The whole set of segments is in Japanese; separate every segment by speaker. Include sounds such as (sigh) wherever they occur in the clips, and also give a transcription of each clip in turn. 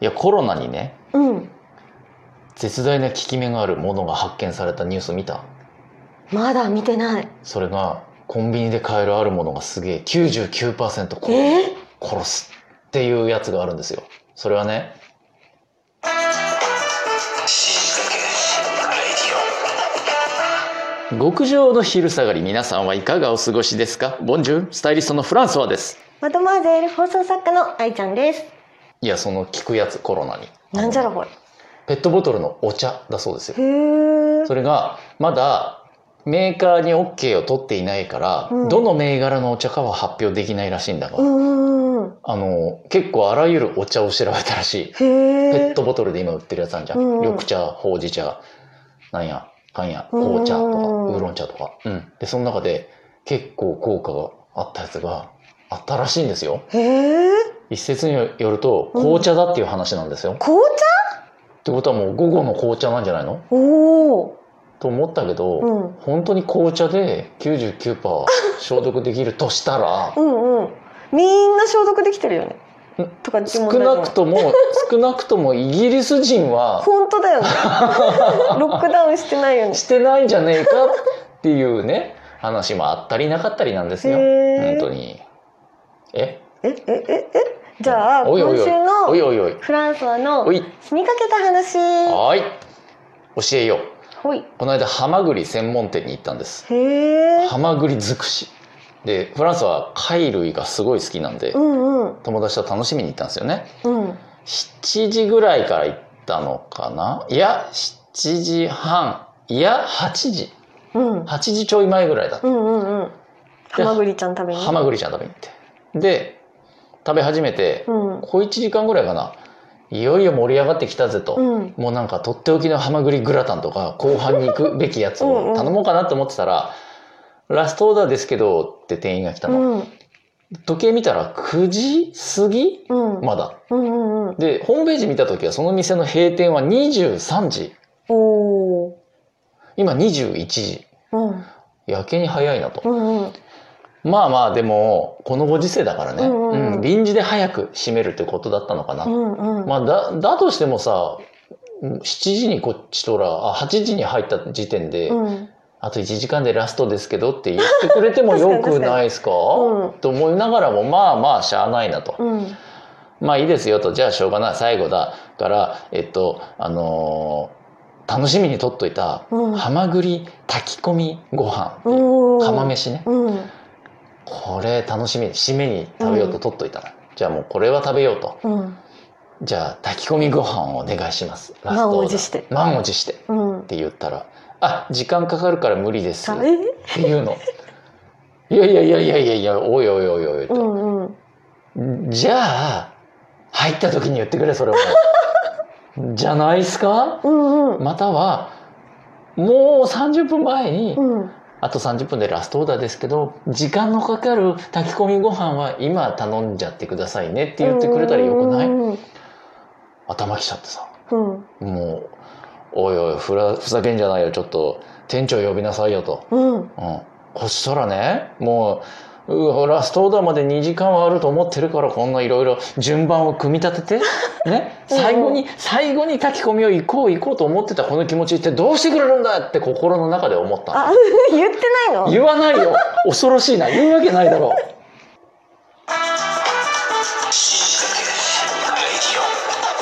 Speaker 1: いやコロナにね
Speaker 2: うん
Speaker 1: 絶大な効き目があるものが発見されたニュース見た
Speaker 2: まだ見てない
Speaker 1: それがコンビニで買えるあるものがすげえ99%こ
Speaker 2: えー、
Speaker 1: 殺すっていうやつがあるんですよそれはね極上の昼下がり皆さんはいかがお過ごしですかボンジュールスタイリストのフランソワです
Speaker 2: まとまぜる放送作家の愛ちゃんです
Speaker 1: いやその聞くやつコロナに
Speaker 2: なんじゃ
Speaker 1: あ
Speaker 2: ら
Speaker 1: の
Speaker 2: これ
Speaker 1: ペットボトルのお茶だそうですよ
Speaker 2: へー
Speaker 1: それがまだメーカーに OK を取っていないから、
Speaker 2: うん
Speaker 1: どの銘柄のお茶かは発表できないらしいんだが、
Speaker 2: うんうんうん
Speaker 1: あの結構あらゆるお茶を調べたらしい
Speaker 2: へ
Speaker 1: ペ
Speaker 2: え
Speaker 1: ットボトルで今売ってるやつあるじゃん、
Speaker 2: うんうん
Speaker 1: 緑茶ほうじ茶なんやかんや
Speaker 2: うんうんうん
Speaker 1: 紅茶とか、ウーロン茶とか、うん、でその中で結構効果があったやつがあったらしいんですよ
Speaker 2: へえ
Speaker 1: 一説によると
Speaker 2: うん
Speaker 1: 紅茶だっていう話なんですよ、っ
Speaker 2: 紅茶
Speaker 1: てことはもう午後の紅茶なんじゃないの
Speaker 2: おお
Speaker 1: と思ったけど、
Speaker 2: うん
Speaker 1: 本当に紅茶で99%消毒できるとした
Speaker 2: (laughs)
Speaker 1: ら
Speaker 2: うんうんみんな消毒できてるよね
Speaker 1: うん
Speaker 2: とか
Speaker 1: 少なくと
Speaker 2: (laughs)
Speaker 1: も少なくともイギリス人は
Speaker 2: 本当だ (laughs) よねロックダウンしてないよね
Speaker 1: してないんじゃねえかっていうね話もあったりなかったりなんですよ
Speaker 2: へ
Speaker 1: 本
Speaker 2: ー
Speaker 1: 当にえ
Speaker 2: ええええじゃあ
Speaker 1: おいお
Speaker 2: 今
Speaker 1: いおい
Speaker 2: 週
Speaker 1: おい
Speaker 2: の
Speaker 1: おいおい
Speaker 2: フランスはの
Speaker 1: おい
Speaker 2: 死にかけた話
Speaker 1: はーい教えよう
Speaker 2: ほい
Speaker 1: この間ハマグリ専門店に行ったんです
Speaker 2: へえ
Speaker 1: ハマグリ尽くしでフランスは貝類がすごい好きなんで
Speaker 2: うんうん
Speaker 1: 友達と楽しみに行ったんですよね
Speaker 2: うん
Speaker 1: 7時ぐらいから行ったのかないや7時半いや8時
Speaker 2: うん
Speaker 1: 8時ちょい前ぐらいだった
Speaker 2: うんうんうんハ
Speaker 1: で
Speaker 2: マグリちゃん食べに
Speaker 1: ハマグリちゃん食べに行ってで食べ始めて、
Speaker 2: うん
Speaker 1: 小1時間ぐらいかないよいよ盛り上がってきたぜと、
Speaker 2: うん
Speaker 1: もうなんかとっておきのハマグリグラタンとか後半に行くべきやつ
Speaker 2: うんう
Speaker 1: を
Speaker 2: ん
Speaker 1: 頼もうかなと思ってたら「ラストオーダーですけど」って店員が来た
Speaker 2: う
Speaker 1: の、
Speaker 2: ん
Speaker 1: 時計見たら9時過ぎ
Speaker 2: うん
Speaker 1: まだ
Speaker 2: うんうんうん
Speaker 1: でホームページ見た時はその店の閉店は23時
Speaker 2: おお
Speaker 1: 今21時
Speaker 2: うん
Speaker 1: やけに早いなと
Speaker 2: う、んうん
Speaker 1: まあまあでもこのご時世だからね、
Speaker 2: うんうんうん
Speaker 1: うん臨時で早く閉めるってことだったのかな、
Speaker 2: うんうん
Speaker 1: まあ、だだとしてもさ7時にこっちとらあ8時に入った時点で、
Speaker 2: うん
Speaker 1: あと1時間でラストですけどって言ってくれても
Speaker 2: 確か
Speaker 1: よ
Speaker 2: に
Speaker 1: くないですか
Speaker 2: うん
Speaker 1: と思いながらもまあまあしゃあないなと、
Speaker 2: うん
Speaker 1: まあいいですよとじゃあしょうがない最後だからえっとあのー楽しみにとっといた、
Speaker 2: うん
Speaker 1: ハマグリ炊き込みご飯っていう
Speaker 2: おお
Speaker 1: 釜飯ね
Speaker 2: うん
Speaker 1: これ楽しみに締めに食べようと取っといたら、じゃあもうこれは食べようと
Speaker 2: うん
Speaker 1: じゃあ炊き込みご飯をお願いしますラスト
Speaker 2: 満
Speaker 1: オーダー
Speaker 2: を持して
Speaker 1: 満を持してっ
Speaker 2: うん
Speaker 1: て言ったら「あ時間かかるから無理です」っ
Speaker 2: 食べ
Speaker 1: ていうの「いやいやいやいやいやいやおいおいおいおい」
Speaker 2: う
Speaker 1: と
Speaker 2: んうん
Speaker 1: じゃあ入った時に言ってくれそれは
Speaker 2: (laughs)
Speaker 1: じゃないっすか
Speaker 2: うんうん
Speaker 1: またはもう30分前に
Speaker 2: うん
Speaker 1: あと30分でラストオーダーですけど時間のかかる炊き込みご飯は今頼んじゃってくださいねって言ってくれたらよくな
Speaker 2: う
Speaker 1: い
Speaker 2: んうんうん
Speaker 1: 頭きちゃってさ
Speaker 2: うん
Speaker 1: もう「おいおいふらふざけんじゃないよちょっと店長呼びなさいよ」と。
Speaker 2: うん
Speaker 1: うん、こっそらねもううわラストオーダーまで2時間はあると思ってるからこんないろいろ順番を組み立て
Speaker 2: (laughs)
Speaker 1: て、ね、
Speaker 2: うん
Speaker 1: 最後に最後に炊き込みを行こう行こうと思ってたこの気持ちってどうしてくれるんだって心の中で思ったの
Speaker 2: あ言ってないの
Speaker 1: 言わないよ恐ろしいな言うわけないだろ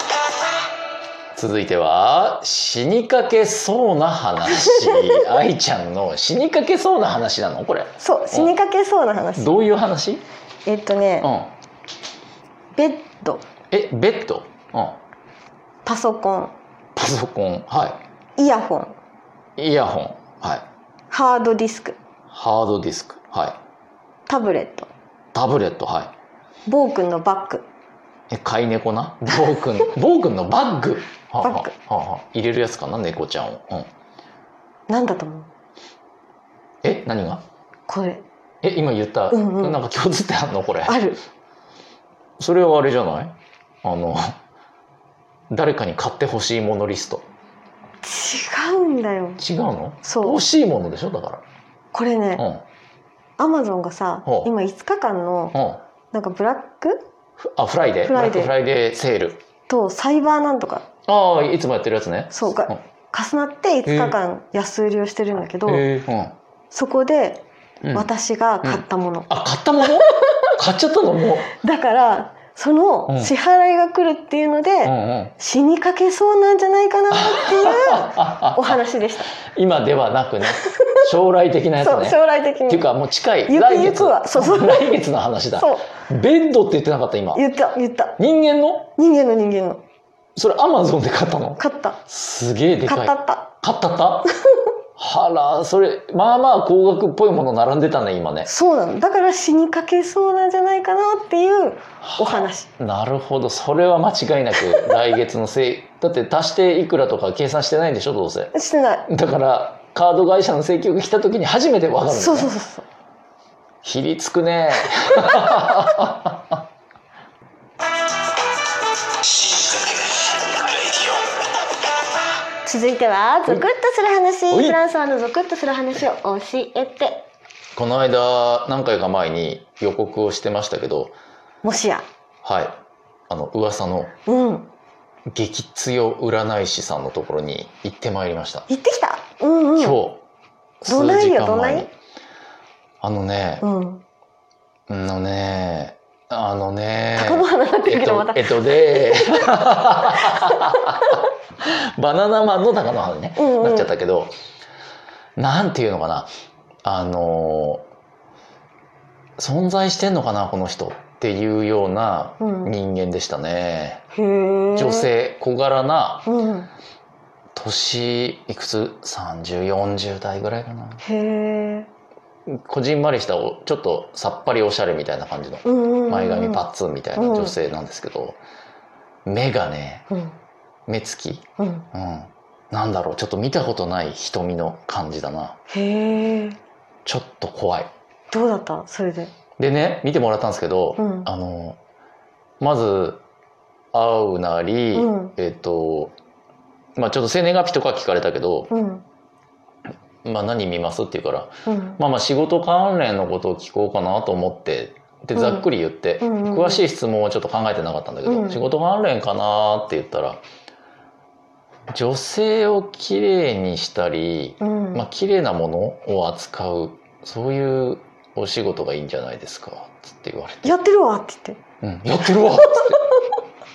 Speaker 1: う続いては死にかけそうな話愛ちゃんの死にかけそうな話なのこれ
Speaker 2: そう死にかけそうな話
Speaker 1: どういう話
Speaker 2: えっとね
Speaker 1: うん
Speaker 2: ベッド
Speaker 1: えベッドうん
Speaker 2: パソコン
Speaker 1: パソコンは
Speaker 2: イヤホン
Speaker 1: いイヤホンはい
Speaker 2: ハードディスク
Speaker 1: ハードディスクはい
Speaker 2: タブレット
Speaker 1: タブレットはい
Speaker 2: 暴君のバッグ
Speaker 1: え飼い猫なボー
Speaker 2: (laughs)
Speaker 1: 君ボー君のバッグはあはあ
Speaker 2: バッグ
Speaker 1: はあはあ入れるやつかな猫ちゃんを、うん、
Speaker 2: なんだと思う
Speaker 1: え何が
Speaker 2: これ
Speaker 1: え今言った、
Speaker 2: うんうん
Speaker 1: なんか共通点あんのこれ
Speaker 2: ある
Speaker 1: それはあれじゃないあの誰かに買ってほしいものリスト
Speaker 2: 違うんだよ
Speaker 1: 違うの
Speaker 2: そう
Speaker 1: 欲しいものでしょだか
Speaker 2: これね
Speaker 1: らうんうん
Speaker 2: アマゾンがさ
Speaker 1: ほう
Speaker 2: 今5日間のなんかブラック
Speaker 1: あフライデー
Speaker 2: フライデ
Speaker 1: ブラック
Speaker 2: ー
Speaker 1: フライデーセール
Speaker 2: とサイバーなんとか
Speaker 1: ああ、いつもやってるやつね。
Speaker 2: そうが重なって5日間安売りをしてるんだけど、
Speaker 1: へえ
Speaker 2: そこで
Speaker 1: うんうん。
Speaker 2: 私が買ったもの、
Speaker 1: あ、買ったも
Speaker 2: (laughs)
Speaker 1: の買っちゃったのもう。
Speaker 2: だからその支払いが来るっていうので、
Speaker 1: うんうん。
Speaker 2: 死にかけそうなんじゃないかなっ
Speaker 1: (laughs)
Speaker 2: ていうお話でした。
Speaker 1: 今ではなくね。将来的なやつ
Speaker 2: そう
Speaker 1: ね。
Speaker 2: 将来的
Speaker 1: っていう
Speaker 2: に。
Speaker 1: かもう近い。
Speaker 2: ゆく
Speaker 1: 来
Speaker 2: ゆ
Speaker 1: 月
Speaker 2: く。はそうそう
Speaker 1: 来月の話だ。
Speaker 2: そう
Speaker 1: ベッドって言ってなかった今。
Speaker 2: 言った言った
Speaker 1: 人間の
Speaker 2: 人間の人間の
Speaker 1: それアマゾンで買ったの
Speaker 2: 買った
Speaker 1: すげえでか
Speaker 2: 買
Speaker 1: い
Speaker 2: った。った
Speaker 1: 買ったったはら、それ、まあまあ高額っぽいもの並んでたね、今ね。
Speaker 2: そうなのだから死にかけそうなんじゃないかなっていうお話
Speaker 1: なるほど。それは間違いな
Speaker 2: (laughs)
Speaker 1: く、来月のせい。だって足していくらとか計算してないんでしょ、どうせ。
Speaker 2: してない
Speaker 1: だから、カード会社の請求が来た時に初めてわかるんだ、ね。
Speaker 2: そうそうそうそう
Speaker 1: ひりつくね。
Speaker 2: 続いてはゾクッとする
Speaker 1: おい
Speaker 2: 話フランスはのゾクッとする話を教えて
Speaker 1: この間、何回か前に予告をしてましたけど、
Speaker 2: もしや
Speaker 1: はい。あの、噂の
Speaker 2: うん
Speaker 1: 激強占い師さんのところに行ってまいりました。
Speaker 2: 行ってきたうんうん
Speaker 1: 今日、
Speaker 2: どない
Speaker 1: 数時間前
Speaker 2: よ
Speaker 1: に
Speaker 2: どない
Speaker 1: あのね、
Speaker 2: うん
Speaker 1: あのね、あのね、
Speaker 2: 高尾花になってるけどまた
Speaker 1: えっと、えっとで、 (laughs) バナナマンの高野花ね、
Speaker 2: うんうん
Speaker 1: なっちゃったけど、なんていうのかな、あのー、存在してんのかな、この人っていうような
Speaker 2: うんへ
Speaker 1: 人間でしたね。
Speaker 2: え
Speaker 1: 女性、小柄な、
Speaker 2: うん
Speaker 1: 年いくつ ?30、40代ぐらいかな。
Speaker 2: へえ
Speaker 1: こじんまりしたお、ちょっとさっぱりおしゃれみたいな感じの。
Speaker 2: うんうんうん
Speaker 1: 前髪パッツンみたいな女性なんですけど、目がね
Speaker 2: うん
Speaker 1: 目つき、
Speaker 2: うん
Speaker 1: うん、なんだろうちょっと見たことない瞳の感じだな
Speaker 2: へえ
Speaker 1: ちょっと怖い
Speaker 2: どうだったそれで
Speaker 1: でね見てもらったんですけど、
Speaker 2: うん
Speaker 1: あのまず会うなり、
Speaker 2: うん
Speaker 1: えっ、とまあちょっと生年月日とか聞かれたけど、
Speaker 2: うん
Speaker 1: まあ、何見ますって言うから
Speaker 2: うん
Speaker 1: まあまあ仕事関連のことを聞こうかなと思ってで
Speaker 2: うん
Speaker 1: ざっくり言って、
Speaker 2: うんうんうん
Speaker 1: 詳しい質問はちょっと考えてなかったんだけど、
Speaker 2: うん
Speaker 1: 仕事関連かなって言ったら女性をきれいにしたり、
Speaker 2: うん
Speaker 1: まあ綺麗なものを扱うそういうお仕事がいいんじゃないですかつって言われて
Speaker 2: やってるわって言っ
Speaker 1: 「
Speaker 2: て
Speaker 1: うん、やってるわ」っつっ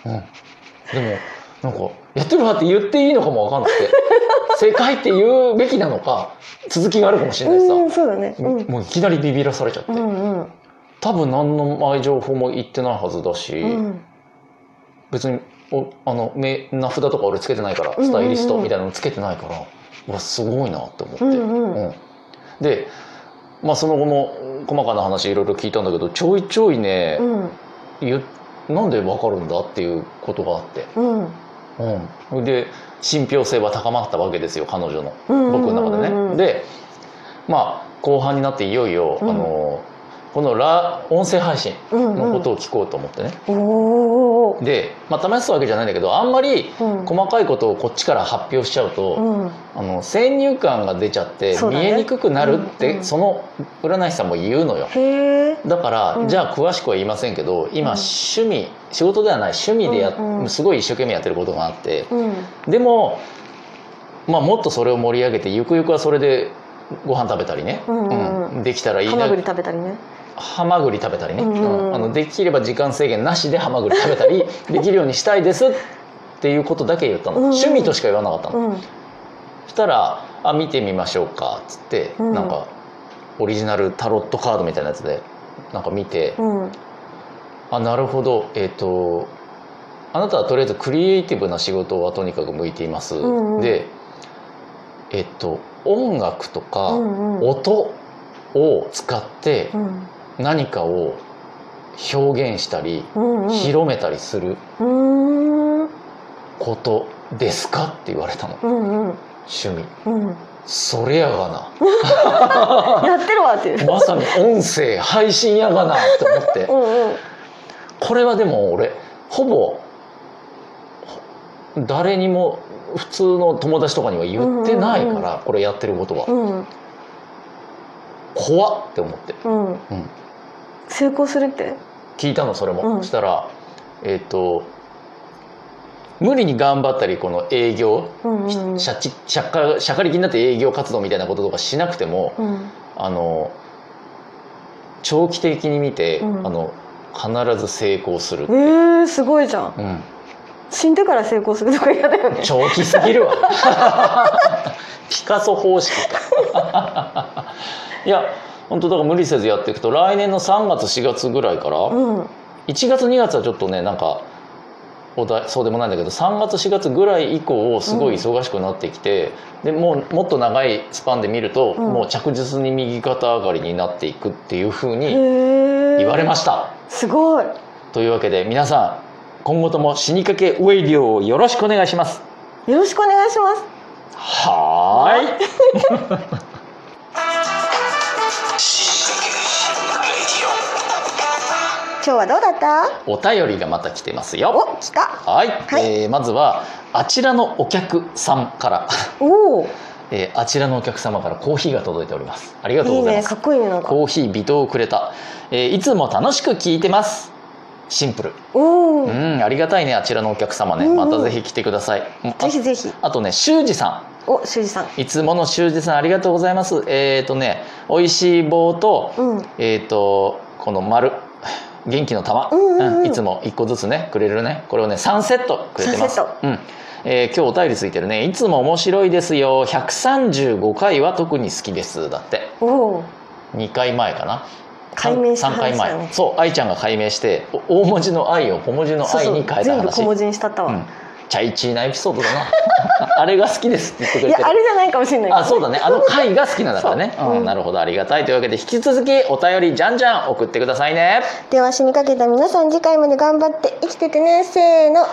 Speaker 1: て、うん、でもなんか「やってるわ」って言っていいのかも分かんなく
Speaker 2: (laughs)
Speaker 1: て正解って言うべきなのか続きがあるかもしれないしさ。
Speaker 2: うんそうだねうん
Speaker 1: もういきなりビビらされちゃって、
Speaker 2: うんうん
Speaker 1: 多分何の前情報も言ってないはずだし、
Speaker 2: うん
Speaker 1: 別におあの名名札とか俺つけてないから
Speaker 2: うんうんうん
Speaker 1: スタイリストみたいなのつけてないから、うわすごいなって思って、
Speaker 2: うんうん
Speaker 1: うんで、まあ、その後も細かな話いろいろ聞いたんだけどちょいちょいね、
Speaker 2: うん
Speaker 1: 言なんでわかるんだっていうことがあって、
Speaker 2: うん
Speaker 1: うん、で信憑性は高まったわけですよ彼女の。
Speaker 2: うん
Speaker 1: 僕の中でね。
Speaker 2: うんうんうん
Speaker 1: でまあ後半になっていよいよ、
Speaker 2: うん
Speaker 1: あのこのラ音声配信
Speaker 2: うん
Speaker 1: のことを聞こうと思ってね、
Speaker 2: うんおー
Speaker 1: で、まあ、試すわけじゃないんだけどあんまり
Speaker 2: うん
Speaker 1: 細かいことをこっちから発表しちゃうと、
Speaker 2: うん
Speaker 1: あの先入観が出ちゃって
Speaker 2: そうだ
Speaker 1: 見
Speaker 2: ね
Speaker 1: えにくくなるって、
Speaker 2: うんうん
Speaker 1: その占い師さんも言うのよ。
Speaker 2: へえ
Speaker 1: だから、
Speaker 2: うん
Speaker 1: じゃあ詳しくは言いませんけど今
Speaker 2: うん
Speaker 1: 趣味、仕事ではない趣味でやっ、
Speaker 2: うんうん
Speaker 1: すごい一生懸命やってることがあって、
Speaker 2: うん
Speaker 1: でも、まあ、もっとそれを盛り上げてゆくゆくはそれでご飯食べたりね、
Speaker 2: うんうんうん
Speaker 1: できたらいい
Speaker 2: ハマ
Speaker 1: な
Speaker 2: グリ食べたりね
Speaker 1: ハマグリ食べたりね、
Speaker 2: うんうんうん
Speaker 1: うんあのできれば時間制限なしでハマグリ食べた
Speaker 2: (laughs)
Speaker 1: りできるようにしたいですっていうことだけ言ったの、
Speaker 2: うんうん
Speaker 1: 趣味としか言わなかったの、
Speaker 2: うん
Speaker 1: そしたら「あ見てみましょうか」っつって、
Speaker 2: うん
Speaker 1: なんかオリジナルタロットカードみたいなやつでなんか見て、
Speaker 2: うん
Speaker 1: あなるほどえっ、とあなたはとりあえずクリエイティブな仕事はとにかく向いています、
Speaker 2: うんうん
Speaker 1: でえっ、と音楽とか
Speaker 2: うんうん
Speaker 1: 音を使って
Speaker 2: うん
Speaker 1: 何かを表現したり
Speaker 2: うんうん
Speaker 1: 広めたりする
Speaker 2: うーん
Speaker 1: ことですかって言われたの
Speaker 2: うんうん
Speaker 1: 趣味
Speaker 2: うん
Speaker 1: それやが
Speaker 2: (laughs) やってるわっていう
Speaker 1: なまさに音声配信やがなって思って
Speaker 2: うんうん
Speaker 1: これはでも俺ほぼほ誰にも普通の友達とかには言ってないから、
Speaker 2: うんうん
Speaker 1: これやってることは、
Speaker 2: うん
Speaker 1: 怖って思って
Speaker 2: うん
Speaker 1: うん
Speaker 2: 成功するって
Speaker 1: 聞いたのそれも、
Speaker 2: うん
Speaker 1: そしたらえっ、と無理に頑張ったりこの営業
Speaker 2: うんうんうん
Speaker 1: しゃちしゃっかしゃかりきになって営業活動みたいなこととかしなくても
Speaker 2: うん
Speaker 1: あの長期的に見て、
Speaker 2: うん
Speaker 1: あの必ず成功する
Speaker 2: え、ー、すごいじゃん
Speaker 1: うん、
Speaker 2: 死んでから成功するとか嫌だよね
Speaker 1: 長期すぎるわピカソ方式かいや本当だから無理せずやっていくと来年の3月4月ぐらいから、
Speaker 2: うん
Speaker 1: 1月2月はちょっとねなんかおだそうでもないんだけど3月4月ぐらい以降すごい忙しくなってきて、でもうもっと長いスパンで見ると、
Speaker 2: うん
Speaker 1: もう着実に右肩上がりになっていくっていうふう
Speaker 2: へ
Speaker 1: に
Speaker 2: え
Speaker 1: 言われました。
Speaker 2: すごい
Speaker 1: というわけで皆さん今後とも死にかけウェイディオをよろしくお願いします。
Speaker 2: よろしくお願いします
Speaker 1: はーい
Speaker 2: 今日はどうだった
Speaker 1: お便りがまた来てますよ。
Speaker 2: お来た
Speaker 1: はい、
Speaker 2: はい
Speaker 1: えーまずはあちらのお客さんから、
Speaker 2: おお
Speaker 1: えーあちらのお客様からコーヒーが届いております。ありがとう
Speaker 2: いい
Speaker 1: ございま
Speaker 2: ね
Speaker 1: す。
Speaker 2: かっこいいねなんか
Speaker 1: コーヒー微糖をくれた、えーいつも楽しく聞いてますシンプル
Speaker 2: おお、
Speaker 1: うんありがたいねあちらのお客様ね
Speaker 2: うんうん
Speaker 1: またぜひ来てくださいうんあ
Speaker 2: ぜひぜひ
Speaker 1: あとね修二さ
Speaker 2: お修二さん
Speaker 1: んいつもの修二さんありがとうございますえっ、とね美味しい棒と
Speaker 2: うん
Speaker 1: えっ、とこの丸元気の玉、
Speaker 2: うんうんうん
Speaker 1: いつも一個ずつねくれるねこれをね3セットくれてます
Speaker 2: 三セッ
Speaker 1: うんえー今日お便りついてるねいつも面白いですよ135回は特に好きですだって
Speaker 2: おお
Speaker 1: 2回前かな
Speaker 2: 解明した
Speaker 1: 3回
Speaker 2: 話だよ
Speaker 1: 前
Speaker 2: ね
Speaker 1: そう愛ちゃんが解明してお大文字の愛を小文字の
Speaker 2: そう
Speaker 1: 愛
Speaker 2: そう
Speaker 1: に変えた
Speaker 2: 全部
Speaker 1: 話
Speaker 2: 小文字にしたった
Speaker 1: う
Speaker 2: わ、
Speaker 1: んチャイチーなエピ (laughs) ソードだなあれが好きですって言ってく
Speaker 2: い
Speaker 1: れ
Speaker 2: や
Speaker 1: て
Speaker 2: あ
Speaker 1: る
Speaker 2: れじゃないかもしれないけど
Speaker 1: あそうだねあの回が好きなんだからね
Speaker 2: そう
Speaker 1: うん
Speaker 2: うん
Speaker 1: なるほどありがたいというわけで引き続きお便りじゃんじゃん送ってくださいね
Speaker 2: では死にかけた皆さん次回まで頑張って生きててねせーの